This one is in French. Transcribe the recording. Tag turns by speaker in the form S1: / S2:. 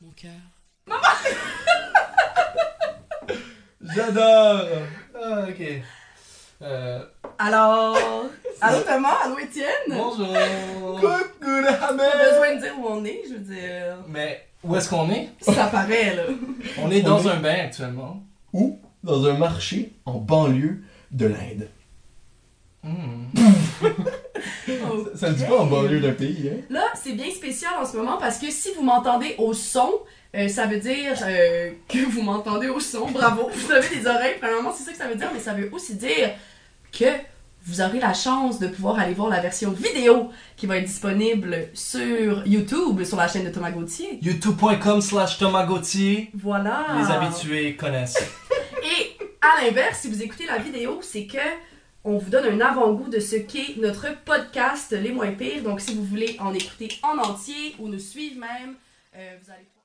S1: Mon cœur.
S2: J'adore! Ah, ok. Euh,
S3: Alors, allô Thomas, allô Étienne.
S2: bonjour!
S4: Coucou la
S3: Pas
S4: mère!
S3: besoin de dire où on est, je veux dire.
S2: Mais où est-ce qu'on est?
S3: Ça paraît là.
S2: On est
S4: On
S2: dans
S4: est-
S2: un bain actuellement.
S4: Dans un marché en banlieue de l'Inde.
S2: Hmm.
S4: Ça- Ça ne dit pas en banlieue d'un pays, hein?
S3: Là, Ah, c'est bien spécial en ce moment parce que si vous m'entendez au son, euh, ça veut dire euh, que vous m'entendez au son. Bravo, vous avez des oreilles. Premièrement, c'est ça que ça veut dire, mais ça veut aussi dire que vous aurez la chance de pouvoir aller voir la version vidéo qui va être disponible sur YouTube, sur la chaîne de Thomas Gauthier.
S2: YouTube.com slash Thomas Gauthier.
S3: Voilà.
S2: Les habitués connaissent.
S3: Et à l'inverse, si vous écoutez la vidéo, c'est que on vous donne un avant-goût de ce qu'est notre podcast Les Moins Pires. Donc, si vous voulez en écouter en entier ou nous suivre même, euh, vous allez pouvoir.